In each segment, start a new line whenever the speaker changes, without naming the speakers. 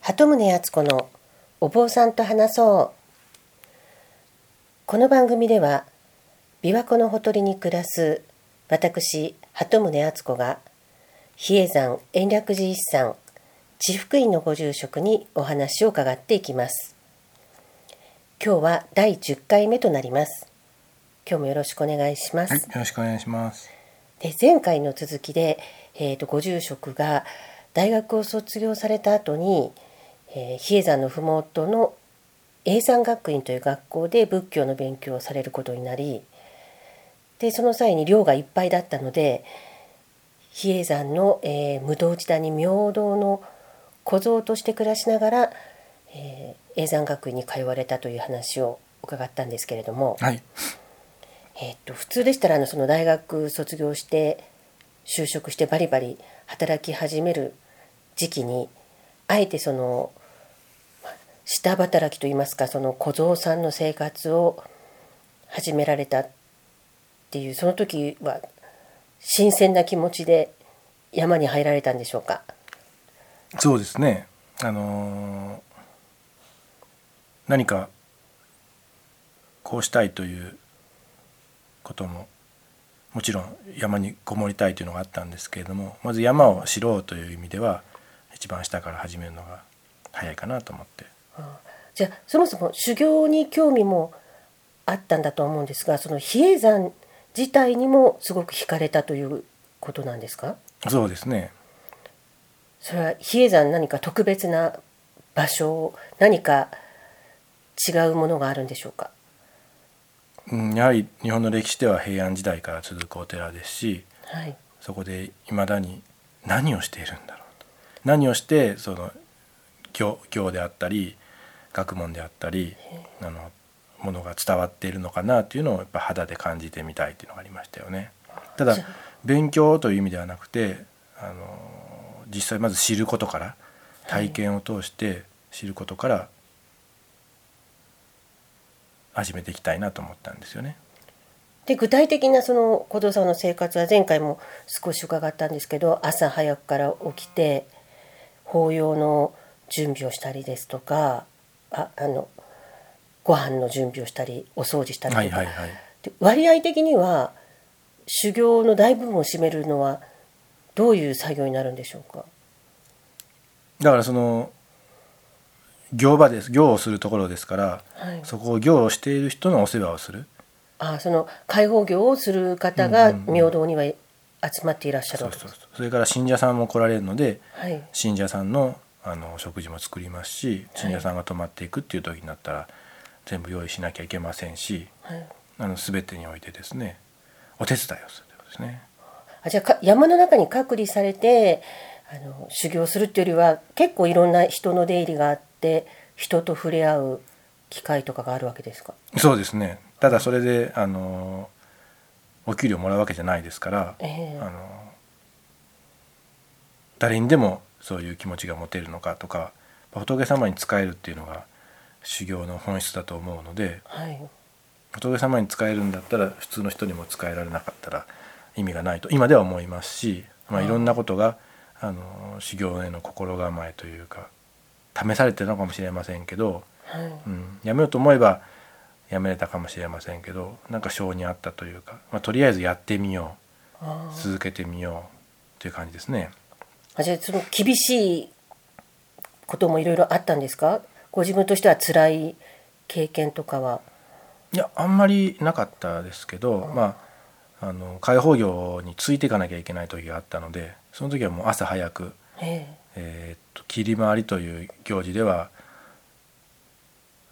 鳩宗敦子のお坊さんと話そうこの番組では琵琶湖のほとりに暮らす私鳩宗敦子が比叡山延暦寺一山地福院のご住職にお話を伺っていきます今日は第10回目となります今日もよろしくお願いします、
はい、よろしくお願いします。
で前回の続きで、えー、とご住職が大学を卒業された後に、えー比叡山の麓の永山学院という学校で仏教の勉強をされることになりでその際に寮がいっぱいだったので比叡山の、えー無道寺谷明堂の小僧として暮らしながら、えー永山学院に通われたという話を伺ったんですけれども。
はい。
えっと普通でしたらあのその大学卒業して就職してバリバリ働き始める時期にあえてそのまあ下働きといいますかその小僧さんの生活を始められたっていうその時は新鮮な気持ちで山に入られたんでしょうか。
そうですね。あのー何かこうしたいということももちろん山にこもりたいというのがあったんですけれども、まず山を知ろうという意味では一番下から始めるのが早いかなと思って。
じゃあそもそも修行に興味もあったんだと思うんですがその比叡山自体にもすごく惹かれたということなんですか
そうですね。
それは比叡山何か特別な場所何か違うものがあるんでしょうか
うんやはり日本の歴史では平安時代から続くお寺ですし、
はい
そこで未だに何をしているんだろうと何をしてその行行であったり学問であったりあのものが伝わっているのかなというのをやっぱ肌で感じてみたいっていうのがありましたよね。ただ
じゃあ
勉強という意味ではなくてあの実際まず知ることから体験を通して知ることから始めていきたいなと思ったんですよね。
で具体的なその小僧さんの生活は前回も少し伺ったんですけど朝早くから起きて法要の準備をしたりですとかああのご飯の準備をしたりお掃除したりと
は
か、
いはいはい、
で割合的には修行の大部分を占めるのはどういう作業になるんでしょうか
だからその行場です行をするところですから、
はい
そこを行をしている人のお世話をする
あその解放業をする方が
うんうんうん
明堂には集まっていらっしゃる
そ
わ
う
けです。
そうそうそれから信者さんも来られるので
はい、
信者さんのあの食事も作りますし信者さんが泊まっていくっていう時になったら、全部用意しなきゃいけませんし
はい、
あの全てにおいてですねお手伝いをするということですね。
あじゃあか山の中に隔離されてあの修行するっていうよりは結構いろんな人の出入りがあって人と触れ合う機会とかがあるわけですか
そうですねただそれであのお給料もらうわけじゃないですから、
ええ
あの誰にでもそういう気持ちが持てるのかとか仏様に仕えるっていうのが修行の本質だと思うので
はい、
仏様に仕えるんだったら普通の人にも仕えられなかったら意味がないと今では思いますし、まあ、いろんなことがあの修行への心構えというか試されてるのかもしれませんけど、
はい、
うん、やめようと思えばやめれたかもしれませんけどなんか性に合ったというか、まあ、とりあえずやってみよう
あー
続けてみようという感じですね。
あじゃあその厳しいこともいろいろあったんですかご自分としては辛い経験とかは、
いやあんまりなかったですけど、まああの開放業についていかなきゃいけない時があったのでその時はもう朝早く、
え
えーっと切り回りという行事では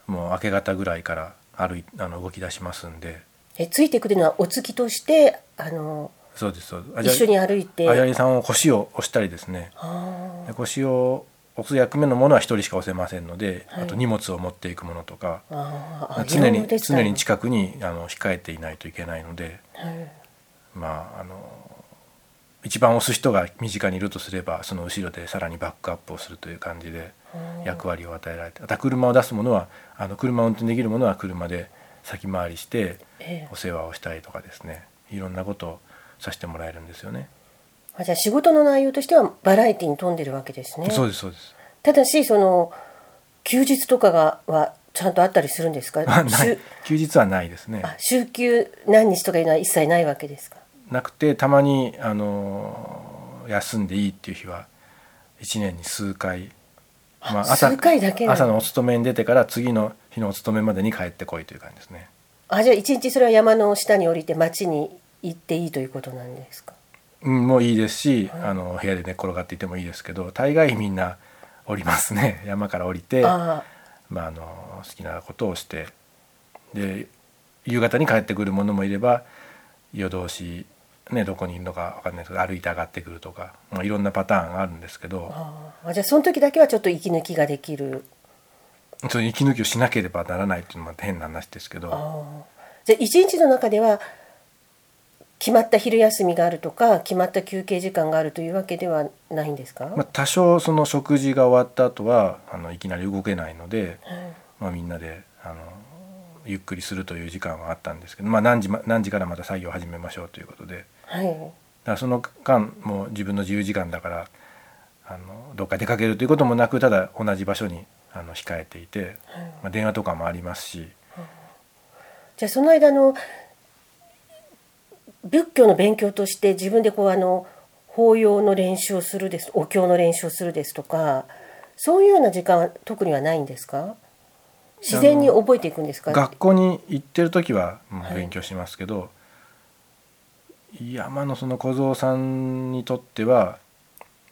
もう明け方ぐらいから歩いあの動き出しますんで
ええついてくるのはお月としてあの
そうですそうですあじ
一
ゃ
緒に歩いて
あやりさんを腰を押したりですね
あ
で腰を押す役目のものは一人しか押せませんので、
はい
あと荷物を持っていくものとか、
ーあー
まあ
あ
常
いろい
に
ろでしたね
常に近くにあの控えていないといけないので。
はい
まあ、あの一番押す人が身近にいるとすればその後ろでさらにバックアップをするという感じで役割を与えられてあとは車を出すものはあの車を運転できるものは車で先回りして
ええ
お世話をしたりとかですねいろんなことをさせてもらえるんですよね。
あじゃあ仕事の内容としてはバラエティに富んでるわけですね
そうですそうです
ただしその休日とかがはちゃんとあったりするんですか
ない
週
休日はないですね
あ週休何日とかいうのは一切ないわけですか
なくてたまにあの休んでいいっていう日は1年に数回、ま
あ数回だけなの
朝のお勤めに出てから次の日のお勤めまでに帰ってこいという感じですね
あじゃあ一日それは山の下に降りて町に行っていいということなんですか
うんもういいですし、あの部屋で寝転がっていてもいいですけど大概みんな降りますね 山から降りて
あ
まあ、あの好きなことをしてで夕方に帰ってくる者もいれば夜通し、ね、どこにいるのか分かんないですけど歩いて上がってくるとか、まあ、いろんなパターンがあるんですけど
あああじゃあその時だけはちょっと息抜きができる
その息抜きをしなければならないっていうのは変な話ですけど
ああじゃあ一日の中では決まった昼休みがあるとか決まった休憩時間があるというわけではないんですか、
まあ、多少その食事が終わった後はあのいきなり動けないので、
うん
まあ、みんなであのゆっくりするという時間はあったんですけど、まあ、何時ま何時からまた作業を始めましょうということで。
はい
だからその間もう自分の自由時間だからあのどっか出かけるということもなくただ同じ場所にあの控えていて、まあ、電話とかもありますし
じゃあその間の仏教の勉強として自分でこうあの法要の練習をするですお経の練習をするですとかそういうような時間は特にはないんですか自然に覚えていくんですか
学校に行ってる時は、うん
はい
勉強しますけど、山のその小僧さんにとっては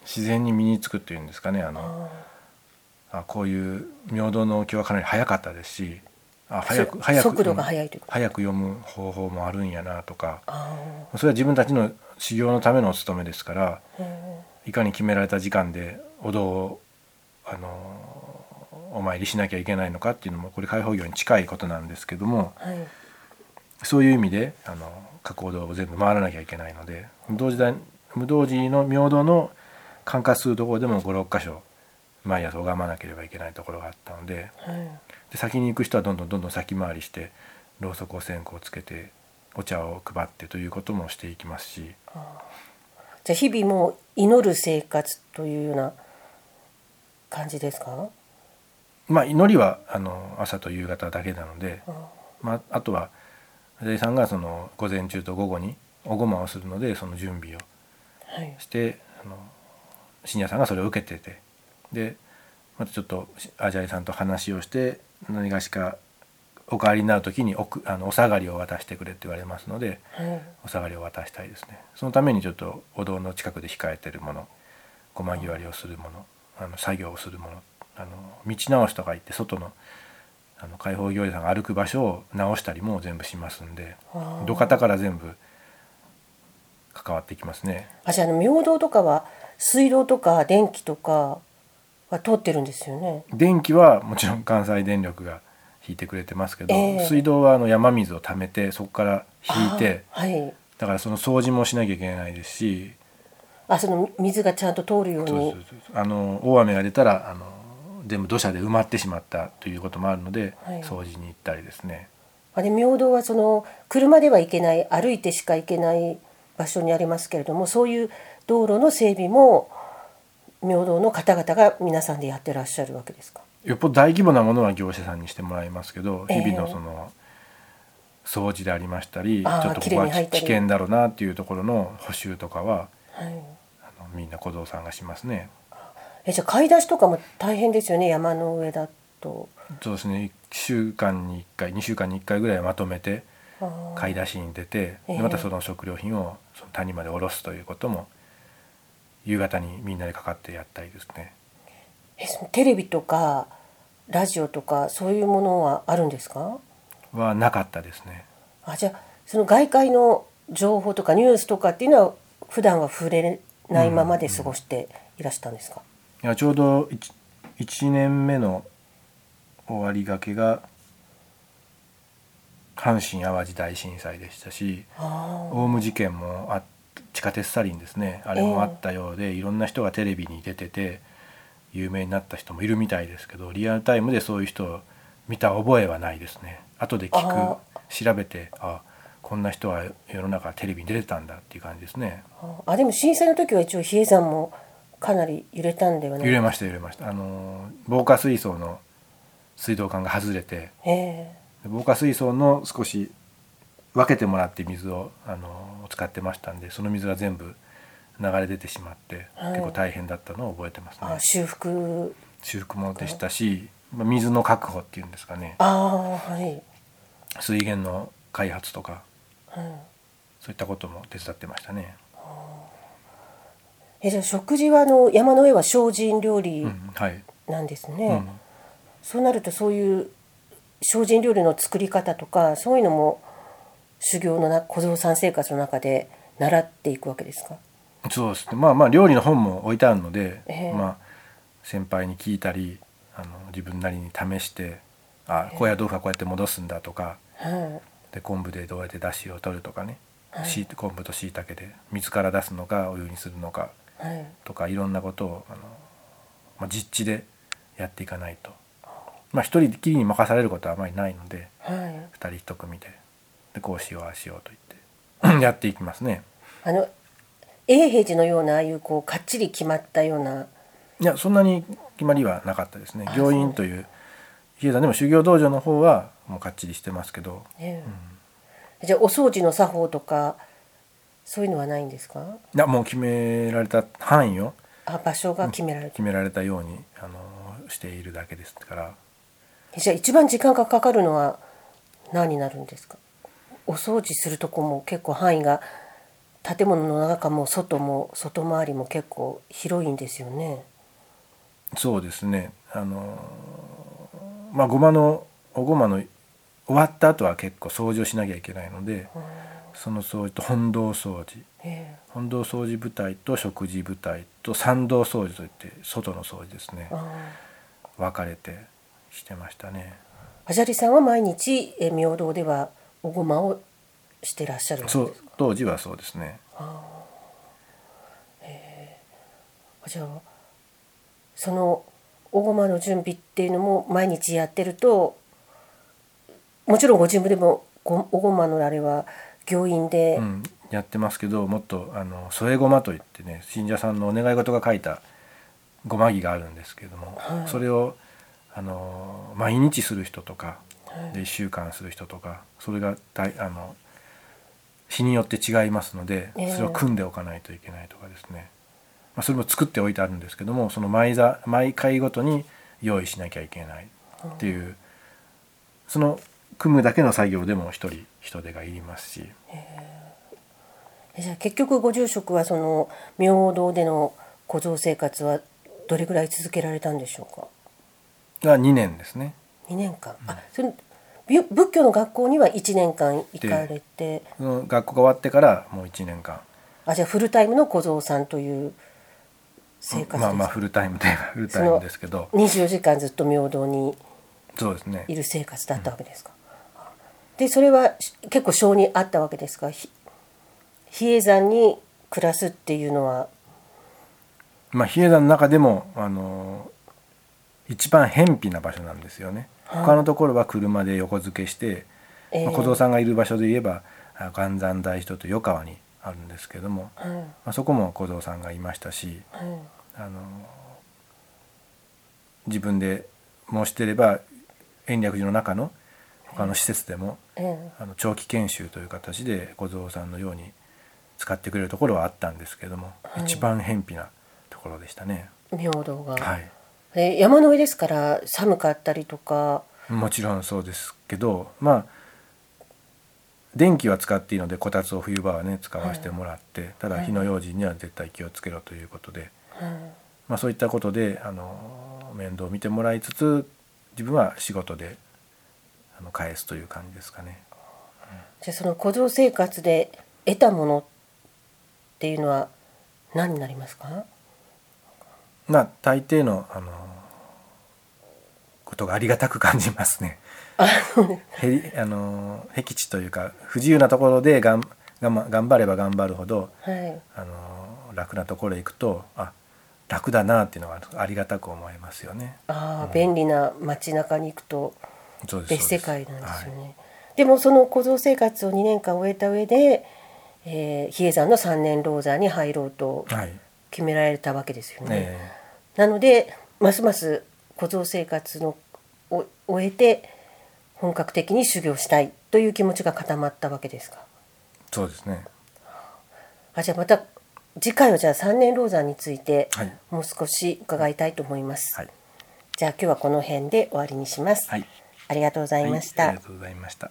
自然に身につくっていうんですかねあの
あ
あこういう明道のお経はかなり早かったですしあ
そ
早く早く
速度が速いということ
早く読む方法もあるんやなとか
あ
それは自分たちの修行のためのお勤めですから
ーうん
いかに決められた時間でお堂をあのお参りしなきゃいけないのかっていうのもこれ開放業に近いことなんですけども
はい
そういう意味であの過去堂を全部回らなきゃいけないので無道寺無道寺の明堂の管轄するところでも56箇所毎朝拝まなければいけないところがあったので
はい
で先に行く人はどんどんどんどん先回りしてろうそくを線香をつけてお茶を配ってということもしていきますし。
じゃあ日々もう祈る生活というような感じですか
まあ、祈りはあの朝と夕方だけなので、
あ
まあ、あとは藤井さんがその午前中と午後におごまをするのでその準備を
はい
してあの信者さんがそれを受けててでまたちょっとしアジャイさんと話をして何がしかお代わりになる時におくあのお下がりを渡してくれって言われますので
はい
お下がりを渡したいですねそのためにちょっとお堂の近くで控えてるものごまぎ割りをするものあの作業をするものあの道直しとか言って外のあの開放行事さんが歩く場所を直したりも全部しますんで
あー
土方から全部関わってきますね
あじゃああの明洞とかは水道とか電気とかは通ってるんですよね。
電気はもちろん関西電力が引いてくれてますけど、
ええ
水道はあの山水を溜めてそこから引いて
あはい。
だからその掃除もしなきゃいけないですし
あその水がちゃんと通るよう
そうそう
に。
そうそうあの大雨が出たらあの全部土砂で埋まってしまったということもあるので、
はい
掃除に行ったりですね
あれ明洞はその車では行けない歩いてしか行けない場所にありますけれどもそういう道路の整備も明洞の方々が皆さんでやってらっしゃるわけですか。
よっぽど大規模なものは業者さんにしてもらいますけど
ええ
日々のその掃除でありましたり、
あー
ちょっとこ
きれ
こは
いに入った
危
り
険だろうなっていうところの補修とかは
はい。
あのみんな小僧さんがしますね。
えじゃあ買い出しとかも大変ですよね山の上だと。
そうですね1週間に1回2週間に1回ぐらいまとめて
あー
買い出しに出て、
ええ
でまたその食料品をその谷まで下ろすということも夕方にみんなでかかってやったりですね。
えそのテレビとかラジオとかそういうものはあるんですか？
はなかったですね
あじゃあその外界の情報とかニュースとかっていうのは普段は触れないままで過ごしていらしたんですか、
いやちょうど 1, 年目の終わりがけが阪神・淡路大震災でしたし
あ
オウム事件もあ地下鉄サリンですねあれもあったようで、いろんな人がテレビに出てて有名になった人もいるみたいですけどリアルタイムでそういう人を見た覚えはないですね後で聞
あ
く調べてあこんな人は世の中テレビに出てたんだっていう感じですね
ああでも震災の時は一応比叡山もかなり揺れたんだよね。
揺れました揺れましたあの防火水槽の水道管が外れて
え
防火水槽の少し分けてもらって水をあの使ってましたんでその水が全部流れ出てしまって、
はい
結構大変だったのを覚えてます
え
ね
あ修復
修復もでしたし、まあ、水の確保っていうんですかね
ああはい、
水源の開発とか
うん、
そういったことも手伝ってましたね、
えじゃあ食事はあの山の上は精進料理
うん、はい、
なんですね、
うん、
そうなるとそういう精進料理の作り方とかそういうのも修行のな小僧さん生活の中で習っていくわけですか
そうですねまあまあ料理の本も置いてあるので、
ええ
まあ先輩に聞いたりあの自分なりに試してあ高野豆腐はこうやって戻すんだとか
はい
で昆布でどうやって出汁を取るとかね、
はい
しい昆布としいたけで水から出すのかお湯にするのか
はい
とかいろんなことをあの、まあ、実地でやっていかないと、まあ、一人きりに任されることはあまりないので
はい
二人一組ででこうしようああしようと言って やっていきますね。
あの永平寺のようなああいうこうかっちり決まったようない
やそんなに決まりはなかったですね
あ
行員という比叡山でも修行道場の方はもうかっちりしてますけど
ええじゃあお掃除の作法とかそういうのはないんですか
いやもう決められた範囲を
あ場所が決められて
決められたようにあのしているだけですから
えじゃあ一番時間がかかるのは何になるんですかお掃除するとこも結構範囲が建物の中も外も外回りも結構広いんですよね。
そうですねあのまあごまのおごまの終わった後は結構掃除をしなきゃいけないのでその掃除と本堂掃除
え
本堂掃除部隊と食事部隊と参道掃除といって外の掃除ですね
えあ
分かれてしてましたね。
ああじゃりさんは毎日え明堂ではおごまをしてらっしゃるんです
そう当時はそうですね
あじゃあそのおごまの準備っていうのも毎日やってるともちろんご自分でもごおごまのあれは行員で、
うんやってますけどもっとあの添えごまといってね信者さんのお願い事が書いたごま儀があるんですけども、
はい
それをあの毎日する人とか、で1週間する人とかそれがだいあの日によって違いますので
ええ
それを組んでおかないといけないとかですね、まあ、それも作っておいてあるんですけどもその毎ざ毎回ごとに用意しなきゃいけないっていう、その組むだけの作業でも一人人手がいりますし。
えじゃあ結局ご住職はその明堂での小僧生活はどれぐらい続けられたんでしょうか
が2年ですね
2年間、あそのび仏教の学校には1年間行かれて
その学校が終わってからもう1年間
あじゃあフルタイムの小僧さんという生活です、
まあまあフルタイムでフルタイムですけど
24時間ずっと明堂に
そうですね
いる生活だったわけですか、でそれはし結構性にあったわけですかひ比叡山に暮らすっていうのは
まあ比叡山の中でもあの一番偏僻な場所なんですよね、
はい
他のところは車で横付けして、
ええ
まあ、小僧さんがいる場所で言えばあ岩山大師と余川にあるんですけども、
うん
まあ、そこも小僧さんがいましたし
うん
あの自分で申してれば延暦寺の中の他の施設でも
うん
あの長期研修という形で小僧さんのように使ってくれるところはあったんですけども、
はい
一番偏僻なところでしたね。
明堂が、
はい、
えー山の上ですから寒かったりとか
もちろんそうですけどまあ電気は使っていいのでこたつを冬場はね使わせてもらって、ただ火の用心には絶対気をつけろということで、
うん
まあ、そういったことであの面倒を見てもらいつつ自分は仕事であの返すという感じですかね。
じゃあその小僧生活で得たものっていうのは何になりますか
まあ大抵のあのことがありがたく感じますね。へりあの僻地というか不自由なところでがんがま頑張れば頑張るほど
はい
あの楽なところへ行くとあ楽だなっていうのはありがたく思いますよね。
ああ、便利な街中に行くと
そうです
別世
そう
界
です
なんですよね。
はい
でもその小僧生活を2年間終えた上で、えー比叡山の三年老座に入ろうと
はい
決められたわけですよね。
え
なのでますます小僧生活のを終えて本格的に修行したいという気持ちが固まったわけですか。
えそうですね
あじゃあまた次回はじゃあ三年老山について
はい
もう少し伺いたいと思います。
はい、
じゃあ今日はこの辺で終わりにします。
はい
ありがとうございました。
はいありがとうございました